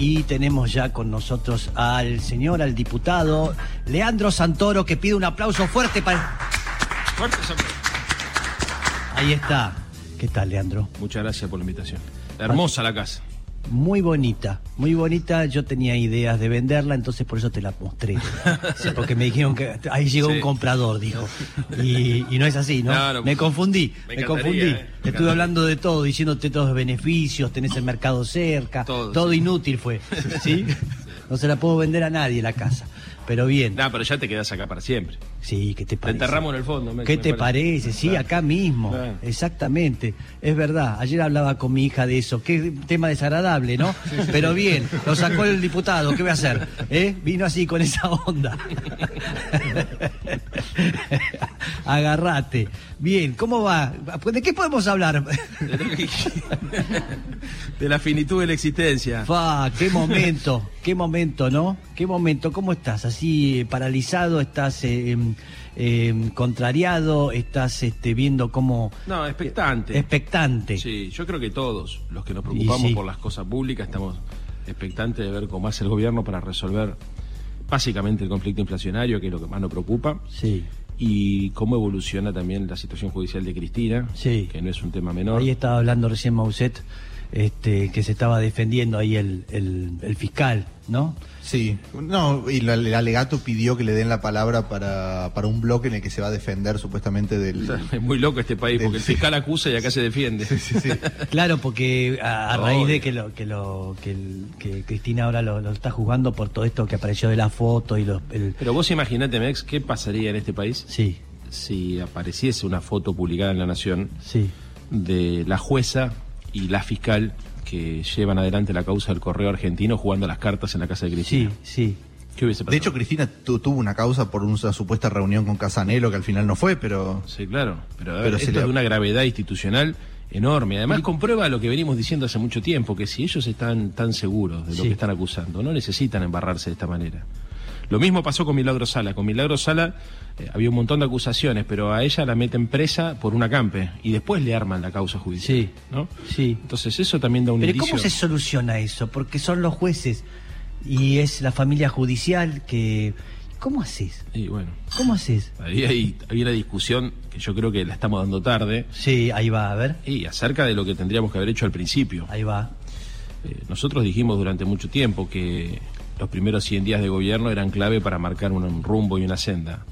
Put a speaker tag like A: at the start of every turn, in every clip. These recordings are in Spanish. A: Y tenemos ya con nosotros al señor, al diputado Leandro Santoro, que pide un aplauso fuerte para.
B: Fuerte, Santoro.
A: Ahí está. ¿Qué tal, Leandro?
B: Muchas gracias por la invitación. Hermosa la casa.
A: Muy bonita, muy bonita. Yo tenía ideas de venderla, entonces por eso te la mostré. Sí, porque me dijeron que ahí llegó
B: Sí.
A: un comprador, dijo. Y, y no es así, ¿no?
B: No, no,
A: me confundí,
B: me
A: me,
B: encantaría,
A: confundí.
B: eh, me
A: Te estuve
B: encantaría.
A: hablando de todo, diciéndote todos los beneficios, tenés el mercado cerca,
B: Todo,
A: todo,
B: sí.
A: inútil fue. ¿Sí? No se la puedo vender a nadie la casa. Pero bien,
B: Nah, pero ya te quedas acá para siempre.
A: sí, ¿qué te
B: Te
A: parece?
B: enterramos en el fondo. me-
A: ¿Qué
B: me
A: te parece? Sí,
B: Claro.
A: acá mismo.
B: Claro.
A: Exactamente. Es verdad. Ayer hablaba con mi hija de eso. Qué tema desagradable, ¿no? Pero bien, lo sacó el diputado. ¿Qué voy a hacer? ¿Eh? Vino así con esa onda. Agarrate. Bien, ¿cómo va? ¿De qué podemos hablar?
B: De la finitud de la existencia.
A: Fa, qué momento, qué momento, ¿no? Qué momento, ¿cómo estás? ¿Así eh, paralizado? ¿Estás eh, em, em, contrariado? ¿Estás este, viendo cómo...
B: No, expectante.
A: Expectante.
B: Sí, yo creo que todos los que nos preocupamos
A: Y sí.
B: por las cosas públicas estamos expectantes de ver cómo hace el gobierno para resolver básicamente el conflicto inflacionario, que es lo que más nos preocupa,
A: Sí.
B: y cómo evoluciona también la situación judicial de Cristina,
A: Sí.
B: que no es un tema menor.
A: Ahí estaba hablando recién Mauset, este, que se estaba defendiendo ahí el, el- el fiscal, ¿no?
C: Sí, no, y la- el alegato pidió que le den la palabra para, para un bloque en el que se va a defender supuestamente
B: O
C: del...
B: sea, es muy loco este país, porque el fiscal acusa y acá se defiende.
C: Sí, sí.
A: Claro, porque a, a raíz de
B: Obvio.
A: que lo que lo que, el- que Cristina ahora lo, lo está juzgando por todo esto que apareció de la foto y los el-
B: Pero vos imaginate, Mex, ¿qué pasaría en este país
A: sí,
B: si apareciese una foto publicada en La Nación
A: sí.
B: de la jueza y la fiscal que llevan adelante la causa del correo argentino jugando a las cartas en la casa de
A: Sí,
B: Cristina?
A: sí.
B: ¿Qué hubiese pasado?
C: De hecho, Cristina tu- tuvo una causa por una supuesta reunión con Casanelo que al final no fue, pero...
B: Sí, claro. Pero, a ver,
C: Pero se
B: esto
C: le-
B: es de una gravedad institucional enorme. Además, comprueba lo que venimos diciendo hace mucho tiempo, que si ellos están tan seguros de lo
A: Sí.
B: que están acusando, no necesitan embarrarse de esta manera. Lo mismo pasó con Milagro Sala. Con Milagro Sala eh, había un montón de acusaciones, pero a ella la meten presa por una campe y después le arman la causa judicial.
A: Sí.
B: ¿no?
A: Sí.
B: Entonces eso también da un
A: Pero ¿y
B: indicio.
A: ¿cómo se soluciona eso? Porque son los jueces y es la familia judicial que ¿cómo haces?
B: Y bueno,
A: ¿Cómo haces?
B: ahí hay, hay una discusión que yo creo que la estamos dando tarde
A: Sí, ahí va, a ver.
B: y acerca de lo que tendríamos que haber hecho al principio.
A: Ahí va.
B: Eh, nosotros dijimos durante mucho tiempo que los primeros 100 días de gobierno eran clave para marcar un, un rumbo y una senda.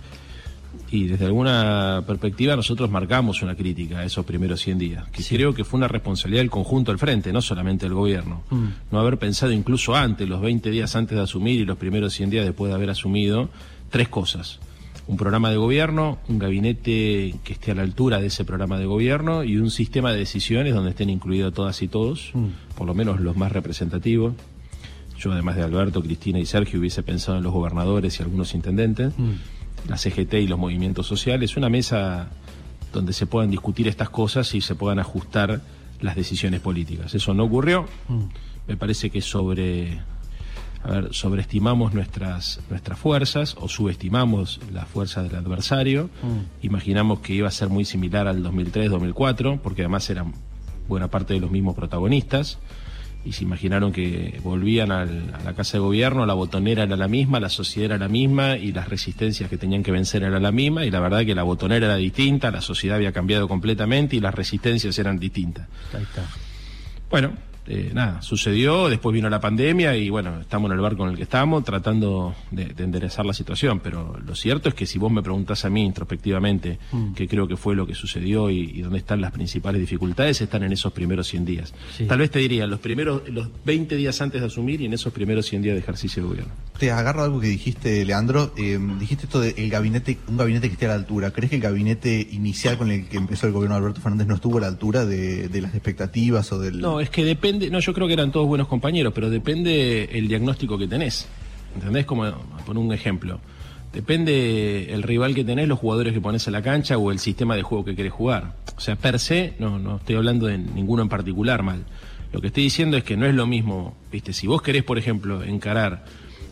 B: Y desde alguna perspectiva nosotros marcamos una crítica a esos primeros 100 días, que creo que fue una responsabilidad del conjunto al frente, no solamente del gobierno. No haber pensado incluso antes, los 20 días antes de asumir y los primeros 100 días después de haber asumido, tres cosas. Un programa de gobierno, un gabinete que esté a la altura de ese programa de gobierno y un sistema de decisiones donde estén incluidos todas y todos, por lo menos los más representativos. Yo, además de Alberto, Cristina y Sergio, hubiese pensado en los gobernadores y algunos intendentes,
A: Mm,
B: la CGT y los movimientos sociales, una mesa donde se puedan discutir estas cosas y se puedan ajustar las decisiones políticas. Eso no ocurrió.
A: mm,
B: Me parece que sobre a ver, sobreestimamos nuestras, nuestras fuerzas o subestimamos las fuerzas del adversario. Imaginamos que iba a ser muy similar al 2003-2004, porque además eran buena parte de los mismos protagonistas. Y se imaginaron que volvían al- a la casa de gobierno, la botonera era la misma, la sociedad era la misma y las resistencias que tenían que vencer era la misma. Y la verdad que la botonera era distinta, la sociedad había cambiado completamente y las resistencias eran distintas.
A: Ahí está.
B: Bueno, eh, nada, sucedió, después vino la pandemia y bueno, estamos en el barco en el que estamos tratando de, de enderezar la situación, pero lo cierto es que si vos me preguntás a mí introspectivamente qué creo que fue lo que sucedió y, y dónde están las principales dificultades, están en esos primeros 100 días.
A: Sí.
B: Tal vez te diría, los primeros, los 20 días antes de asumir y en esos primeros 100 días de ejercicio de gobierno.
C: Te agarro algo que dijiste, Leandro. eh, dijiste esto de el gabinete, un gabinete que esté a la altura. ¿Crees que el gabinete inicial con el que empezó el gobierno de Alberto Fernández no estuvo a la altura de, de las expectativas o del...
B: No, es que depende, no, yo creo que eran todos buenos compañeros, pero depende el diagnóstico que tenés. ¿Entendés? Como a poner un ejemplo. Depende el rival que tenés, los jugadores que pones a la cancha o el sistema de juego que querés jugar. O sea, per se, no, no estoy hablando de ninguno en particular mal. Lo que estoy diciendo es que no es lo mismo, viste, si vos querés, por ejemplo, encarar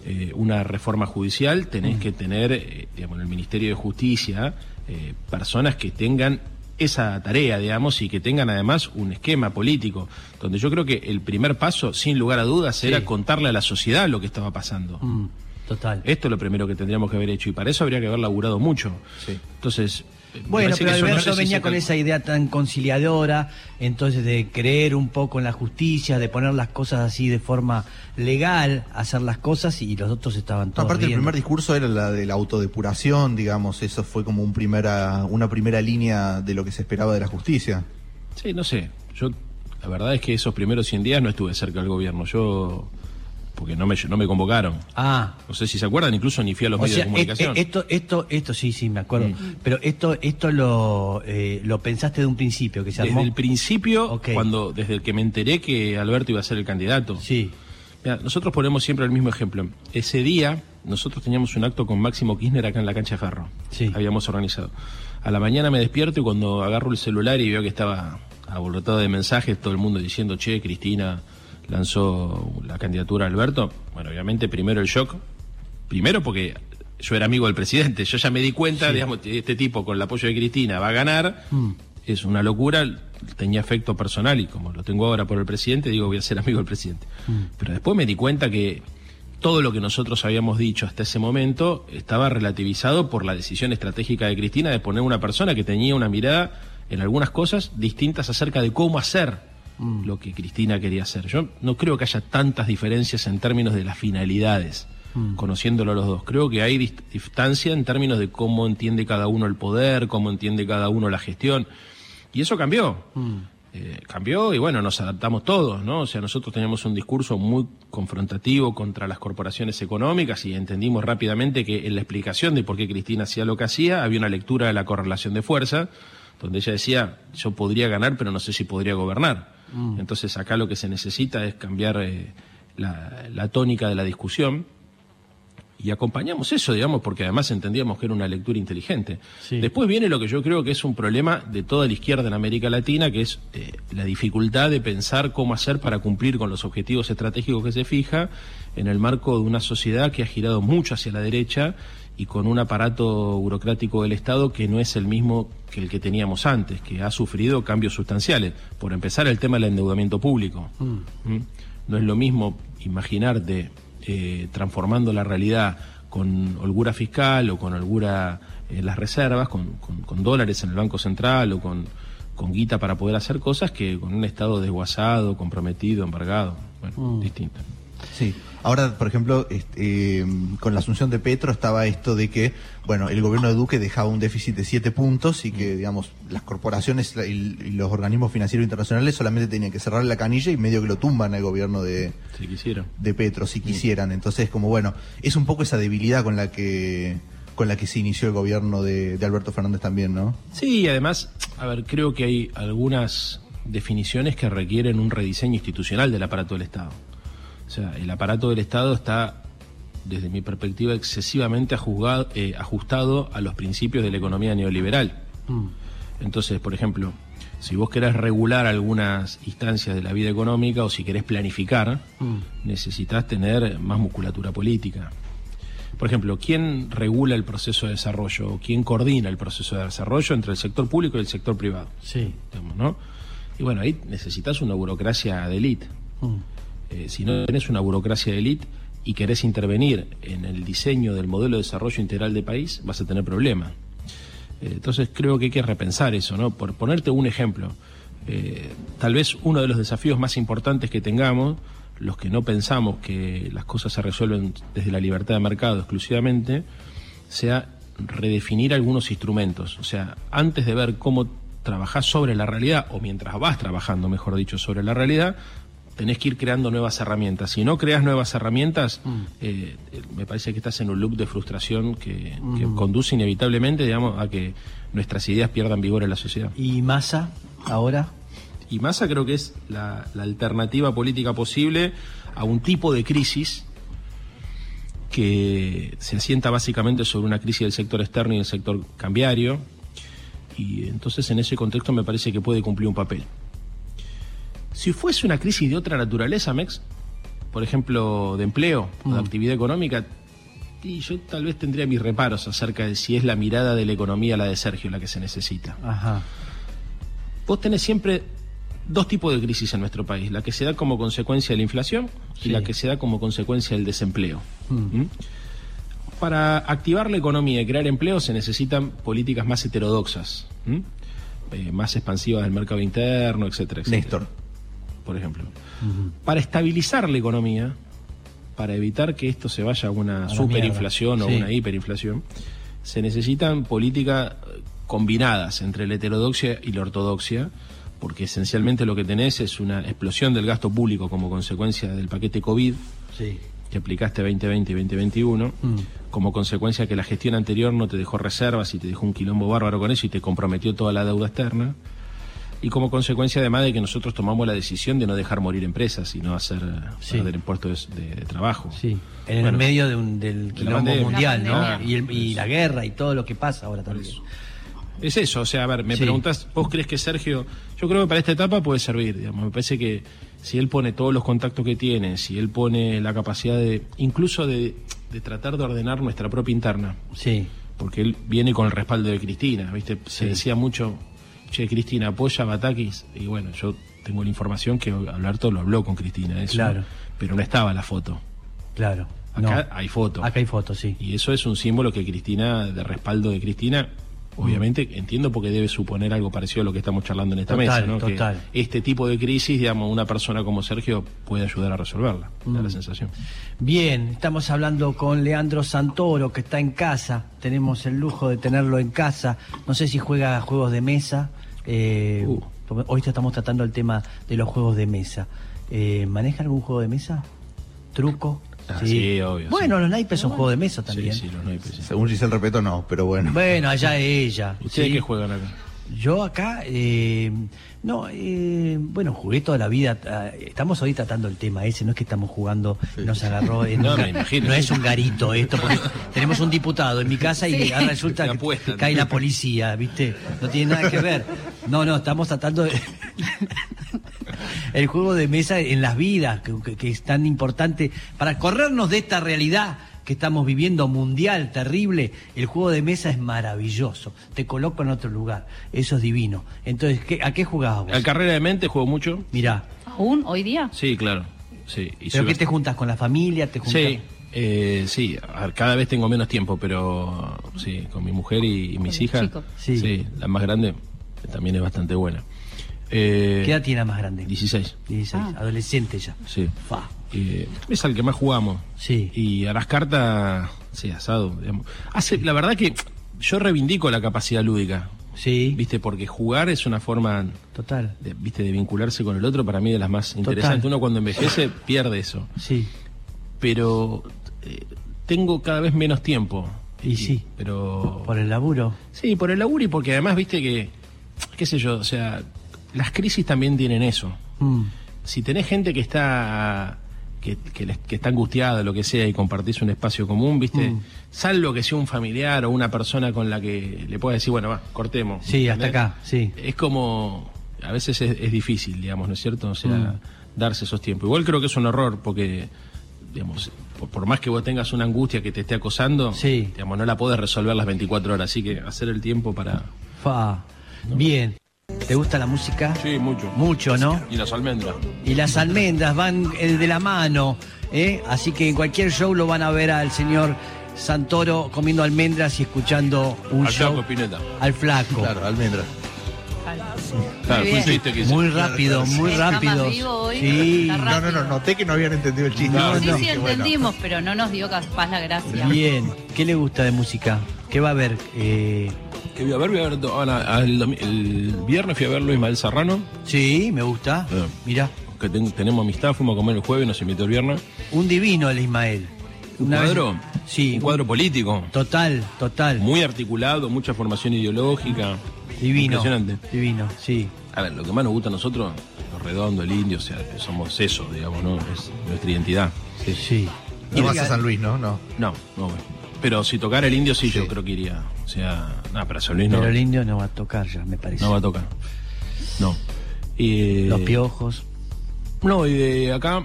B: eh, una reforma
A: Mm.
B: judicial, tenés que tener, eh, digamos, en el Ministerio de Justicia, eh, personas que tengan esa tarea, digamos, y que tengan además un esquema político, donde yo creo que el primer paso, sin lugar a dudas, era contarle a la sociedad lo que estaba pasando.
A: Mm, total.
B: Esto es lo primero que tendríamos que haber hecho y para eso habría que haber laburado mucho.
C: Sí.
B: Entonces, eh, me
A: Bueno,
B: parece
A: pero
B: que eso no
A: Alberto
B: sé si
A: venía
B: se
A: con
B: cal-
A: esa idea tan conciliadora, entonces de creer un poco en la justicia, de poner las cosas así de forma legal, hacer las cosas y los otros estaban todos.
C: Aparte, el
A: riendo.
C: primer discurso era la de la autodepuración, digamos, eso fue como un primera, una primera línea de lo que se esperaba de la justicia.
B: Sí, no sé. Yo, la verdad es que esos primeros 100 días no estuve cerca del gobierno. Yo, porque no me, no me convocaron.
A: Ah,
B: No sé si se acuerdan, incluso ni fui a los
A: o
B: medios
A: sea,
B: de comunicación. Mm.
A: e- e- esto, esto, esto sí, sí, me acuerdo. Pero esto, esto lo, eh, lo pensaste de un principio que se
B: desde
A: armó.
B: el principio,
A: Ok.
B: cuando desde que me enteré que Alberto iba a ser el candidato.
A: Sí,
B: Mirá, nosotros ponemos siempre el mismo ejemplo. Ese día nosotros teníamos un acto con Máximo Kirchner acá en la cancha de Ferro.
A: Sí.
B: Habíamos organizado. A la mañana me despierto y cuando agarro el celular y veo que estaba abortado de mensajes, todo el mundo diciendo, che, Cristina lanzó la candidatura a Alberto. Bueno, obviamente primero el shock. Primero porque yo era amigo del presidente. Yo ya me di cuenta, digamos, este tipo con el apoyo de Cristina va a ganar. Es una locura. Tenía afecto personal y como lo tengo ahora por el presidente, digo, voy a ser amigo del presidente. Pero después me di cuenta que todo lo que nosotros habíamos dicho hasta ese momento estaba relativizado por la decisión estratégica de Cristina de poner una persona que tenía una mirada en algunas cosas distintas acerca de cómo hacer lo que Cristina quería hacer. Yo no creo que haya tantas diferencias en términos de las finalidades, conociéndolo a los dos. Creo que hay dist- distancia en términos de cómo entiende cada uno el poder, cómo entiende cada uno la gestión. Y eso cambió. Eh, cambió y bueno, nos adaptamos todos, ¿no? O sea, nosotros teníamos un discurso muy confrontativo contra las corporaciones económicas y entendimos rápidamente que en la explicación de por qué Cristina hacía lo que hacía había una lectura de la correlación de fuerza, donde ella decía, yo podría ganar, pero no sé si podría gobernar. Entonces acá lo que se necesita es cambiar eh, la- la tónica de la discusión y acompañamos eso, digamos, porque además entendíamos que era una lectura inteligente.
A: Sí.
B: Después viene lo que yo creo que es un problema de toda la izquierda en América Latina, que es eh, la dificultad de pensar cómo hacer para cumplir con los objetivos estratégicos que se fija en el marco de una sociedad que ha girado mucho hacia la derecha y con un aparato burocrático del Estado que no es el mismo que el que teníamos antes, que ha sufrido cambios sustanciales. Por empezar, el tema del endeudamiento público. ¿Mm? No es lo mismo imaginarte eh, transformando la realidad con holgura fiscal o con holgura en las reservas, con, con- con dólares en el Banco Central o con, con guita para poder hacer cosas que con un Estado desguazado, comprometido, embargado. Bueno, distinto.
C: Sí. Ahora, por ejemplo, este, eh, con la asunción de Petro estaba esto de que, bueno, el gobierno de Duque dejaba un déficit de 7 puntos y
D: Mm.
C: que, digamos, las corporaciones la- y y los organismos financieros internacionales solamente tenían que cerrar la canilla y medio que lo tumban al gobierno de,
B: Si quisiera.
C: de Petro,
D: Mm.
C: si quisieran. Entonces, como bueno, es un poco esa debilidad con la que con la que se inició el gobierno de, de Alberto Fernández también, ¿no?
B: Sí, y además, a ver, creo que hay algunas definiciones que requieren un rediseño institucional del aparato del Estado. O sea, el aparato del Estado está, desde mi perspectiva, excesivamente ajugado- eh, ajustado a los principios de la economía neoliberal.
A: mm,
B: Entonces, por ejemplo, si vos querés regular algunas instancias de la vida económica o si querés planificar,
A: mm,
B: necesitas tener más musculatura política. Por ejemplo, ¿quién regula el proceso de desarrollo o quién coordina el proceso de desarrollo entre el sector público y el sector privado?
A: sí.
B: digamos, ¿no? Y bueno, ahí necesitas una burocracia de élite.
A: Mm.
B: Eh, si no tenés una burocracia de élite y querés intervenir en el diseño del modelo de desarrollo integral del país, vas a tener problemas. Eh, entonces creo que hay que repensar eso, ¿no? Por ponerte un ejemplo, eh, tal vez uno de los desafíos más importantes que tengamos, los que no pensamos que las cosas se resuelven desde la libertad de mercado exclusivamente, sea redefinir algunos instrumentos. O sea, antes de ver cómo trabajás sobre la realidad, o mientras vas trabajando, mejor dicho, sobre la realidad, tenés que ir creando nuevas herramientas. Si no creas nuevas herramientas, eh, eh, me parece que estás en un loop de frustración que, que conduce inevitablemente, digamos, a que nuestras ideas pierdan vigor en la sociedad.
A: ¿Y Massa ahora?
B: Y Massa creo que es la, la alternativa política posible a un tipo de crisis que se asienta básicamente sobre una crisis del sector externo y del sector cambiario. Y entonces en ese contexto me parece que puede cumplir un papel. Si fuese una crisis de otra naturaleza, Mex, por ejemplo, de empleo o de actividad económica, y yo tal vez tendría mis reparos acerca de si es la mirada de la economía la de Sergio la que se necesita.
A: Ajá.
B: Vos tenés siempre dos tipos de crisis en nuestro país, la que se da como consecuencia de la inflación
A: Sí.
B: y la que se da como consecuencia del desempleo. ¿Mm? Para activar la economía y crear empleo se necesitan políticas más heterodoxas, ¿Mm? Eh, más expansivas del mercado interno, etcétera, etcétera
C: Néstor.
B: por ejemplo.
A: Mm-hmm.
B: Para estabilizar la economía, para evitar que esto se vaya a una
A: la
B: superinflación o
A: mierda, sí.
B: una hiperinflación, se necesitan políticas eh, combinadas entre la heterodoxia y la ortodoxia, porque esencialmente lo que tenés es una explosión del gasto público como consecuencia del paquete COVID
A: Sí.
B: que aplicaste 2020 y 2021,
A: Mm.
B: como consecuencia que la gestión anterior no te dejó reservas y te dejó un quilombo bárbaro con eso y te comprometió toda la deuda externa, y como consecuencia además de que nosotros tomamos la decisión de no dejar morir empresas y no hacer
A: Sí.
B: perder impuestos de, de trabajo.
A: Sí, en el
B: Bueno,
A: medio de un- del quilombo
B: pandemia.
A: mundial,
B: La
A: ¿no?
B: pandemia.
A: Y, el- y la guerra y todo lo que pasa ahora también.
B: Es eso, o sea, a ver, me
A: Sí.
B: preguntas, vos crees que Sergio, yo creo que para esta etapa puede servir, digamos, me parece que si él pone todos los contactos que tiene, si él pone la capacidad de, incluso de, de tratar de ordenar nuestra propia interna,
A: Sí,
B: porque él viene con el respaldo de Cristina, ¿viste? Se decía mucho, che, Cristina apoya a Batakis, y bueno, yo tengo la información que Alberto lo habló con Cristina, eso,
A: Claro.
B: pero no estaba la foto.
A: claro.
B: Acá
A: No.
B: hay foto.
A: Acá hay fotos, sí.
B: Y eso es un símbolo que Cristina, de respaldo de Cristina,
A: Mm.
B: obviamente entiendo porque debe suponer algo parecido a lo que estamos charlando en esta
A: Total,
B: mesa, ¿no? Que
A: total.
B: este tipo de crisis, digamos, una persona como Sergio puede ayudar a resolverla, da
A: Mm.
B: la sensación.
A: Bien, estamos hablando con Leandro Santoro, que está en casa. Tenemos el lujo de tenerlo en casa. No sé si juega a juegos de mesa. eh,
B: Uh.
A: porque Hoy te estamos tratando el tema de los juegos de mesa. Eh, ¿Maneja algún juego de mesa? ¿Truco?
B: Ah, sí, obvio,
A: Bueno,
B: sí.
A: los naipes son juegos de mesa también.
B: Sí, sí, los naipes, sí.
C: Según Giselle Repeto, no, pero bueno.
A: Bueno, allá ella.
B: ¿Ustedes
A: sí.
B: qué juegan acá?
A: Yo acá, eh, no, eh, bueno, jugué toda la vida. ah, Estamos hoy tratando el tema ese, no es que estamos jugando, nos agarró. en
B: No,
A: un ga-
B: me imagino.
A: no es un garito esto, porque tenemos un diputado en mi casa y ah, resulta
B: Te
A: que
B: apuestan.
A: cae la policía, ¿viste? No tiene nada que ver. No, no, estamos tratando de- el juego de mesa en las vidas, que, que- que es tan importante para corrernos de esta realidad que estamos viviendo mundial, terrible, el juego de mesa es maravilloso, te coloco en otro lugar, eso es divino. Entonces, ¿qué- ¿a qué jugabas vos?
B: Al carrera de mente juego mucho.
A: Mirá,
D: ¿Aún hoy día?
B: Sí, claro. Sí, y
A: ¿pero
B: soy
A: qué te
B: bast-
A: juntas con la familia? ¿Te juntas?
B: Sí, eh, sí, a ver, cada vez tengo menos tiempo, pero sí, con mi mujer y, y mis
D: los
B: hijas.
D: chicos.
A: Sí.
B: la más grande eh, también es bastante buena. Eh,
A: ¿Qué edad tiene la más grande?
B: 16.
A: 16, adolescente ya.
B: Sí.
A: Fa.
B: Eh, es al que más jugamos.
A: Sí.
B: Y a las cartas, sí, asado. digamos. Hace, la verdad que yo reivindico la capacidad lúdica,
A: Sí,
B: ¿viste? Porque jugar es una forma
A: total.
B: de, viste de vincularse con el otro para mí de las más interesantes. Uno cuando envejece pierde eso.
A: Sí,
B: Pero eh, tengo cada vez menos tiempo.
A: Y sí.
B: Pero
A: por el laburo.
B: sí, por el laburo y porque además viste que qué sé yo, o sea, las crisis también tienen eso.
A: Mm,
B: Si tenés gente que está que, que les- que está angustiada, lo que sea, y compartís un espacio común, ¿viste?
A: Mm.
B: Salvo que sea un familiar o una persona con la que le puedas decir, bueno, va, cortemos.
A: Sí, hasta
B: ¿entendés?
A: acá, sí.
B: es como a veces es, es difícil, digamos, ¿no es cierto? O sea,
A: Mm.
B: darse esos tiempos. Igual creo que es un error porque, digamos, por, por más que vos tengas una angustia que te esté acosando,
A: Sí.
B: digamos, no la podés resolver las 24 horas, así que hacer el tiempo para...
A: Fa. Bien. ¿Te gusta la música?
B: Sí, mucho.
A: Mucho, ¿no?
B: Y las almendras.
A: Y las almendras van eh, de la mano, ¿eh? Así que en cualquier show lo van a ver al señor Santoro comiendo almendras y escuchando un
B: Al
A: show.
B: Flaco Spinetta.
A: Al flaco.
C: Claro, almendra.
B: Claro,
D: Muy
B: fue un
D: bien.
B: chiste que hice.
A: Muy rápido, muy
D: Está más
A: rápido.
D: vivo hoy.
A: Sí.
D: Está
C: No, no, no, noté que no habían entendido el chiste.
B: No,
D: sí,
C: Dije,
D: sí,
C: bueno.
D: entendimos, pero no nos dio capaz la gracia.
A: Bien. ¿Qué le gusta de música? ¿Qué va a ver? Eh,
B: Que voy a ver, voy a ver do- ahora, al domi- el viernes fui a verlo Ismael Serrano,
A: sí, me gusta.
B: Eh.
A: Mirá,
B: que ten- tenemos amistad, fuimos a comer el jueves, nos invitó el viernes.
A: un divino el Ismael.
B: Un
A: Una vez-
B: cuadro,
A: Sí,
B: un cuadro político,
A: Total, total.
B: muy articulado, mucha formación ideológica.
A: divino.
B: Impresionante.
A: Divino, sí.
B: A ver, lo que más nos gusta a nosotros, lo redondo, el indio, o sea, somos eso, digamos, ¿no? Es nuestra identidad.
A: Sí.
C: No vas a San Luis, ¿no? No.
B: No, no, güey. Pero si tocara el indio, sí,
C: Sí.
B: yo creo que iría. O sea, nada, para San Luis no,
A: Pero el indio no va a tocar ya, me parece.
B: no va a tocar. No. Eh,
A: Los piojos.
B: No, y de acá,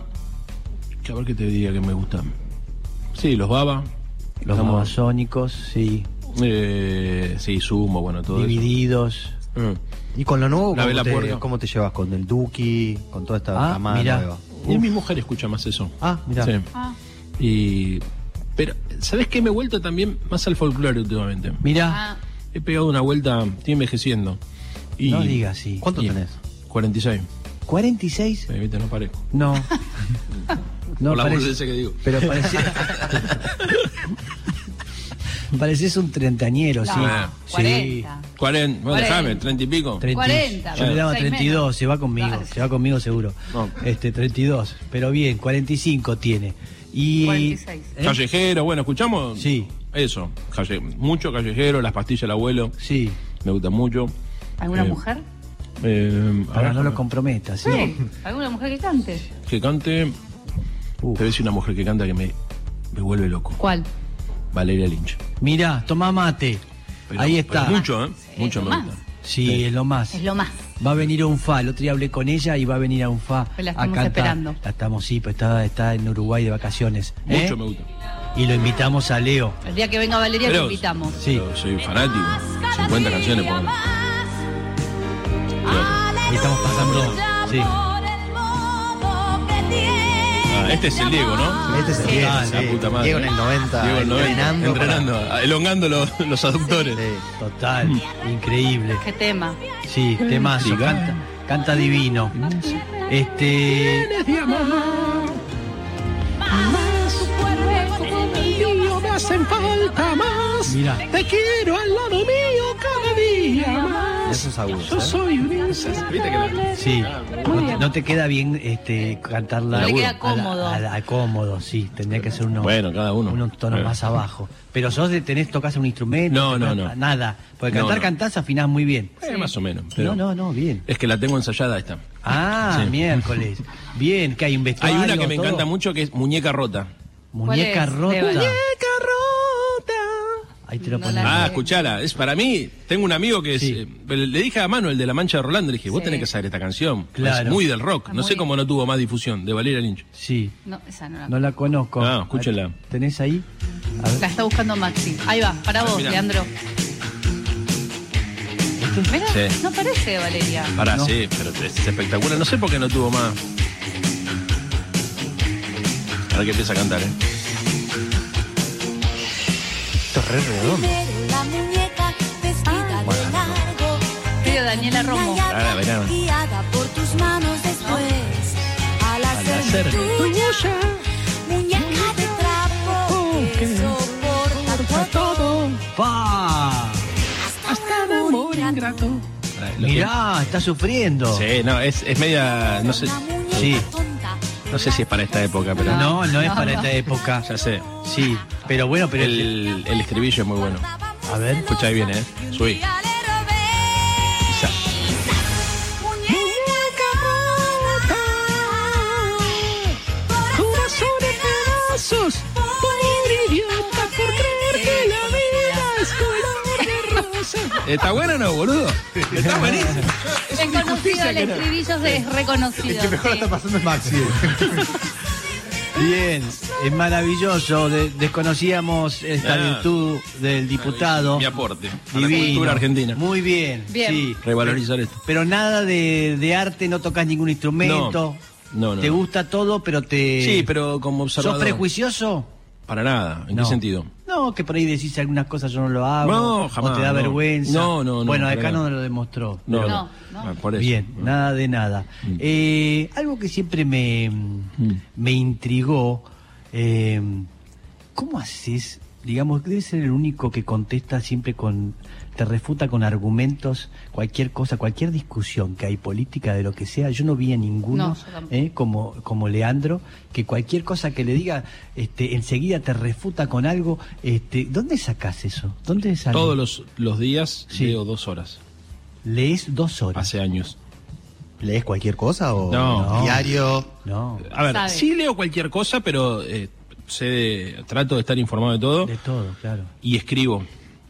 B: que a ver qué te diría que me gusta. Sí, los baba.
A: Los
B: Estamos-
A: amazónicos, sí.
B: eh, sí, sumo, bueno, todo eso.
A: divididos.
B: Mm.
E: Y con lo nuevo,
B: La
E: ¿cómo
B: vela
E: te,
B: puerta.
E: ¿cómo te llevas? ¿Con el Duki? ¿Con toda esta
A: Ah,
E: camada
A: mirá.
E: nueva?
B: Y mi mujer escucha más eso.
E: Ah, mirá.
B: Sí.
D: Ah,
B: Y, pero, ¿sabes qué? Me he vuelto también más al folclore últimamente.
A: Mirá,
D: ah,
B: He pegado una vuelta, estoy envejeciendo. Y
A: no digas así.
E: ¿Cuánto
B: Y-
E: tenés?
B: 46.
A: ¿46?
B: Eh, viste, no parezco.
A: No. No,
B: Por la
A: parece-
B: boludez que digo.
A: Pero parece... Pareces un treintañero, sí.
D: No,
A: Sí.
D: 40.
B: 40, bueno,
D: Cuarenta.
B: déjame, 30 y pico.
A: Treinta y-
D: 40,
A: Yo le daba
D: seis
A: 32,
D: menos.
A: se va conmigo,
D: Claro.
A: se va conmigo seguro.
B: No.
A: Este, 32, pero bien, 45 tiene. Y,
D: 46.
A: ¿Eh?
B: Callejero, bueno, ¿escuchamos?
A: Sí.
B: Eso, calle- mucho callejero, las pastillas del abuelo,
A: Sí,
B: me gusta mucho.
D: ¿Alguna
B: Eh,
D: mujer?
B: Eh, a
A: para
B: ver,
A: no lo comprometas. ¿sí?
D: Sí. ¿Alguna mujer que cante?
B: que cante.
A: Uh.
B: Te ves una mujer que canta que me, me vuelve loco.
D: ¿Cuál?
B: Valeria Lynch.
A: Mirá, toma mate.
B: Pero-
A: Ahí
B: pero
A: está.
B: mucho, ¿eh?
D: Sí,
B: mucho
D: lo
B: me
D: más.
B: gusta.
A: Sí, es lo más.
D: Es lo más.
A: Va a venir a un fa. El otro día hablé con ella y va a venir a un fa.
D: Pues la
A: a
D: estamos
A: cantar.
D: esperando.
A: La estamos, sí, pero está, está en Uruguay de vacaciones. ¿eh?
B: Mucho me gusta.
A: Y lo invitamos a Leo.
D: El día que venga Valeria
B: Pero-
D: lo invitamos.
A: Sí.
B: Yo soy fanático. 50 canciones por
A: Ahí estamos pasando. Sí.
B: Ah, este es el Diego, ¿no?
E: Este es el
A: Sí.
E: Diego,
A: Ah,
E: sí.
B: La puta madre.
E: Diego en el 90.
B: Diego en el 90,
E: entrenando
B: entrenando,
E: para-
B: elongando los, los aductores.
E: Sí.
A: Total,
B: Mm.
A: increíble.
D: ¿Qué tema?
A: Sí, temazo, canta, canta divino. Este, mira,
E: Esos agudos. ¿eh?
B: Viste que la-
A: sí, no te, no te queda bien este cantarla
D: No le queda
A: a la-
D: cómodo.
A: a la- a cómodo, sí, tendría que ser uno
B: Bueno, cada uno.
A: unos tonos
B: Bueno.
A: más abajo. Pero sos de tenés tocas un instrumento,
B: No, no,
A: tocás-
B: no.
A: nada, porque
B: No,
A: cantar
B: no.
A: cantás afinás muy bien.
B: Eh, más o menos. Pero
A: No, no, no, bien.
B: Es que la tengo ensayada esta.
A: Ah,
B: Sí.
A: miércoles. Bien, que hay un
B: Hay
A: vestuario.
B: una que me
A: todo.
B: encanta mucho que es Muñeca Rota.
A: Muñeca
D: ¿Cuál es,
A: rota.
D: Esteban?
B: Rota.
A: Ahí te lo
D: No
A: ponemos.
D: la-
B: Ah, escuchala, es para mí. Tengo un amigo que es,
A: Sí.
B: eh, le dije a Manuel de La Mancha de Rolando, le dije, vos
D: Sí.
B: tenés que saber esta canción.
A: Claro.
B: Es muy del rock.
D: Ah,
B: No
D: muy
B: sé cómo no tuvo más difusión, de Valeria Lynch.
A: Sí.
D: No, esa no la.
A: No la conozco.
B: No, escúchela.
A: ¿Tenés ahí? A ver.
D: La está buscando Maxi. Ahí va, para vos,
B: Mirá.
D: Leandro. Mira,
B: Sí.
D: no parece Valeria.
B: Pará,
A: No.
B: sí, pero es es espectacular. No sé por qué no tuvo más. Ahora que empieza a cantar, ¿eh?
E: Esto es re redondo.
F: La muñeca vestida de largo.
D: Tío Daniela Romo.
B: Ahora, verá.
F: Guiada por tus manos después. Al hacer
B: hacerme
F: tuya. Muñeca de trapo. Que soporta todo.
A: ¡Pa!
F: Hasta un amor
B: Pará, lo
F: ingrato.
B: que-
A: Mirá, está sufriendo.
B: Sí, no, es, es media. No sé,
F: Una muñeca
A: Sí.
F: tonta.
B: no sé si es para esta época, pero.
A: No, no es
D: No,
A: para
D: no.
A: esta época.
B: Ya sé.
A: Sí, pero bueno, pero el...
B: El, el estribillo es muy bueno.
A: A ver,
B: escuchá bien, ¿eh? Subí.
F: Y al héroe.
B: Quizá.
F: Muñeca rota, corazón de pedazos, por idiota, por creer que la vida es color de rosa.
B: ¿Está bueno o no, boludo? Está buenísimo.
D: Es conocido, el estribillo es
C: El
D: reconocido.
C: que mejor
D: sí.
C: la está pasando es Maxi.
A: Bien, es maravilloso. De- desconocíamos esta
B: Ah.
A: virtud del diputado.
B: Mi aporte. a la
A: Divino.
B: cultura argentina.
A: Muy bien,
D: Bien.
A: sí.
B: Revalorizar esto.
A: Pero nada de, de arte, no tocas ningún instrumento.
B: No, no, no.
A: Te gusta todo, pero te...
B: Sí, pero como
A: Eh, ¿Sos
B: observador.
A: prejuicioso?
B: Para nada. ¿En
A: No.
B: qué sentido?
A: No, que por ahí decís algunas cosas yo no lo hago.
B: No,
A: O
B: jamás,
A: te da
B: no.
A: vergüenza.
B: No, no, no,
A: Bueno,
B: para
A: acá no
B: nada.
A: lo demostró.
B: No,
D: No, no.
B: Ah, Mm. por eso.
A: Bien, nada de nada. Eh, algo que siempre me,
B: Mm.
A: me intrigó, eh, ¿cómo haces? Digamos, debe ser el único que contesta siempre con, te refuta con argumentos, cualquier cosa, cualquier discusión que hay política, de lo que sea. Yo no vi a ninguno,
D: No, yo tampoco.
A: eh, como, como Leandro, que cualquier cosa que le diga, este, enseguida te refuta con algo. Este, ¿Dónde sacás eso? ¿Dónde sale?
B: Todos los, los días
A: Sí.
B: leo dos horas.
A: Lees dos horas.
B: Hace años.
E: ¿Lees cualquier cosa o
B: No.
A: No.
E: diario?
A: No,
B: A ver,
D: Sabe.
B: sí leo cualquier cosa, pero eh, sé de- trato de estar informado de todo
A: de todo, claro.
B: y escribo,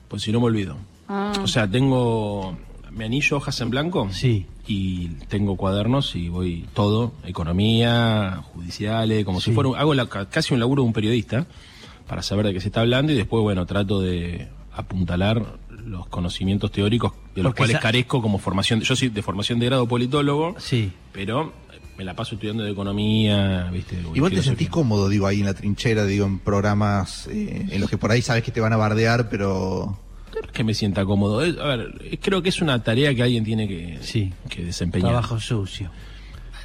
B: pues si no me olvido.
D: Ah.
B: O sea, tengo mi anillo hojas en blanco
A: Sí.
B: y tengo cuadernos y voy todo, economía, judiciales, como
A: Sí.
B: si fuera, un- hago la- ca- casi un laburo de un periodista para saber de qué se está hablando y después, bueno, trato de apuntalar los conocimientos teóricos de los
A: Porque
B: cuales
A: esa-
B: carezco como formación. Yo soy de formación de grado politólogo,
A: Sí.
B: pero me la paso estudiando de economía, ¿viste? o
C: Igual te
B: filosofía.
C: sentís cómodo, digo, ahí en la trinchera, digo, en programas eh, en los que por ahí sabes que te van a bardear, pero
B: No es que me sienta cómodo. Es- a ver, eh, creo que es una tarea que alguien tiene que,
A: Sí.
B: que desempeñar.
A: Trabajo sucio.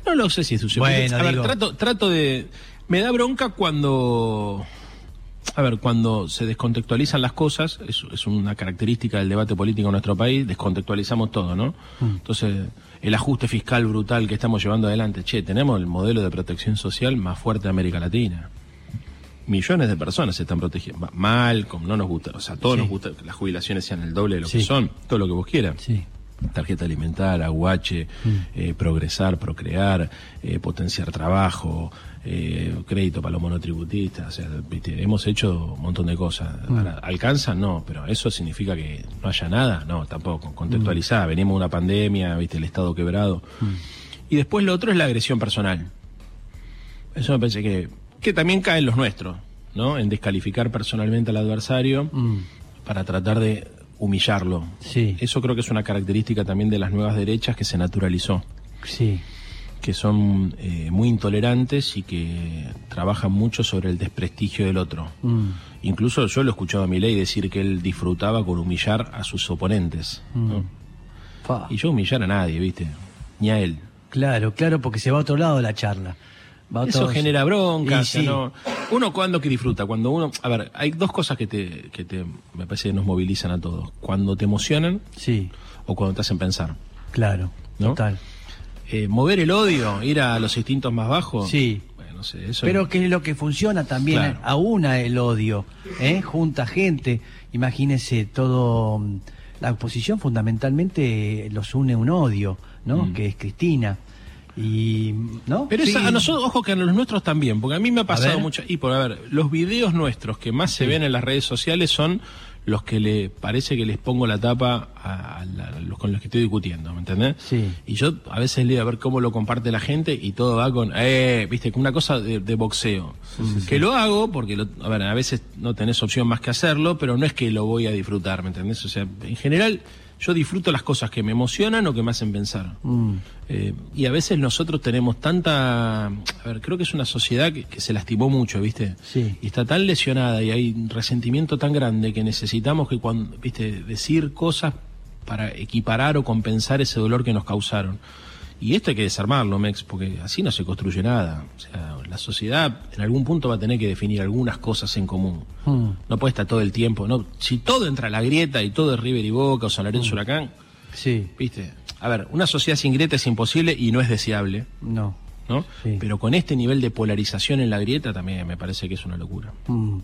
B: No lo sé si es sucio.
A: Bueno,
B: Porque, a
A: digo-
B: ver, trato, trato de. Me da bronca cuando. A ver, cuando se descontextualizan las cosas, es, es una característica del debate político en nuestro país, descontextualizamos todo, ¿no?
A: Mm.
B: Entonces, el ajuste fiscal brutal que estamos llevando adelante, che, tenemos el modelo de protección social más fuerte de América Latina. Millones de personas se están protegiendo. Ma- Mal, como no nos gusta, o sea, a todos
A: Sí.
B: nos gusta que las jubilaciones sean el doble de lo
A: Sí.
B: que son, todo lo que vos quieras
A: Sí.
B: tarjeta alimentar, aguache, eh, progresar, procrear, eh, potenciar trabajo, eh, crédito para los monotributistas. o sea, viste, hemos hecho un montón de cosas. Ahora, ¿Alcanza? No, pero ¿eso significa que no haya nada? No, tampoco. Contextualizada, venimos de una pandemia, viste el Estado quebrado. Y después lo otro es la agresión personal. Eso me parece que, que también caen los nuestros, ¿no? En descalificar personalmente al adversario para tratar de humillarlo.
A: Sí.
B: Eso creo que es una característica también de las nuevas derechas que se naturalizó,
A: Sí.
B: que son eh, muy intolerantes y que trabajan mucho sobre el desprestigio del otro.
A: Mm.
B: Incluso yo lo he escuchado a Milei decir que él disfrutaba con humillar a sus oponentes. ¿no?
A: Mm. Fa.
B: Y yo humillar a nadie, ¿viste? Ni a él.
A: Claro, claro, porque se va a otro lado la charla. Va a
B: Eso
A: otro-
B: genera
A: Y
B: bronca. o sea,
A: sí.
B: no- uno cuando que disfruta, cuando uno... A ver, hay dos cosas que te, que te, me parece que nos movilizan a todos. Cuando te emocionan
A: Sí,
B: o cuando te hacen pensar.
A: claro.
B: ¿No?
A: Total.
B: Eh, mover el odio, ir a los instintos más bajos.
A: Sí.
B: Bueno, no sé, eso.
A: Pero que es lo que funciona también,
B: Claro.
A: a una el odio, ¿eh? junta gente. Imagínense todo. mm, La oposición fundamentalmente eh, los une un odio, ¿no? Que es Cristina. Y. ¿No?
B: Mm. Pero
A: Sí.
B: esa- a nosotros, ojo que a los nuestros también, porque a mí me ha pasado
A: ver.
B: mucho. Y por a ver, los videos nuestros que más se ven en las redes sociales son los que le parece que les pongo la tapa a, a la- a los con los que estoy discutiendo, ¿me entendés?
A: Sí.
B: Y yo a veces leo a ver cómo lo comparte la gente y todo va con, eh, viste, con una cosa de, de boxeo. que lo hago porque, lo- a ver, a veces no tenés opción más que hacerlo, pero no es que lo voy a disfrutar, ¿me entendés? O sea, en general yo disfruto las cosas que me emocionan o que me hacen pensar. Eh, y a veces nosotros tenemos tanta. A ver, creo que es una sociedad que, que se lastimó mucho, ¿viste?
A: Sí.
B: Y está tan lesionada y hay un resentimiento tan grande que necesitamos que cuando, ¿viste? Decir cosas para equiparar o compensar ese dolor que nos causaron. Y esto hay que desarmarlo, Mex, porque así no se construye nada. O sea, la sociedad en algún punto va a tener que definir algunas cosas en común.
A: Mm,
B: No puede estar todo el tiempo. No, si todo entra a la grieta y todo es River y Boca o San Lorenzo Huracán,
A: Sí,
B: Viste, a ver, una sociedad sin grieta es imposible y no es deseable,
A: no.
B: ¿no?
A: Sí.
B: Pero con este nivel de polarización en la grieta también me parece que es una locura.
A: Mm.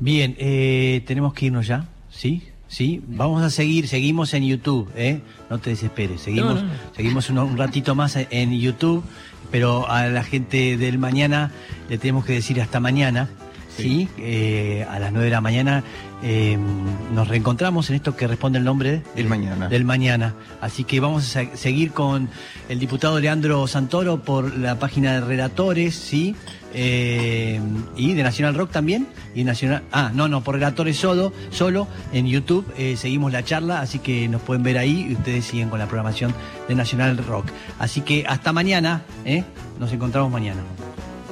A: Bien, eh, tenemos que irnos ya, ¿sí? Sí, vamos a seguir, seguimos en YouTube, ¿eh? No te desesperes, seguimos,
B: No, no.
A: seguimos uno- un, ratito más en- en YouTube, pero a la gente del mañana le tenemos que decir hasta mañana, ¿sí? Eh, a las 9 de la mañana eh, nos reencontramos en esto que responde el nombre
C: el mañana.
A: del mañana. Así que vamos a se- seguir con el diputado Leandro Santoro por la página de Relatores, ¿sí? Eh, y de Nacional Rock también. Y Nacional. Ah, no, no, por Relatores solo, solo en YouTube. eh, seguimos la charla, así que nos pueden ver ahí y ustedes siguen con la programación de Nacional Rock. Así que hasta mañana, ¿eh? Nos encontramos mañana.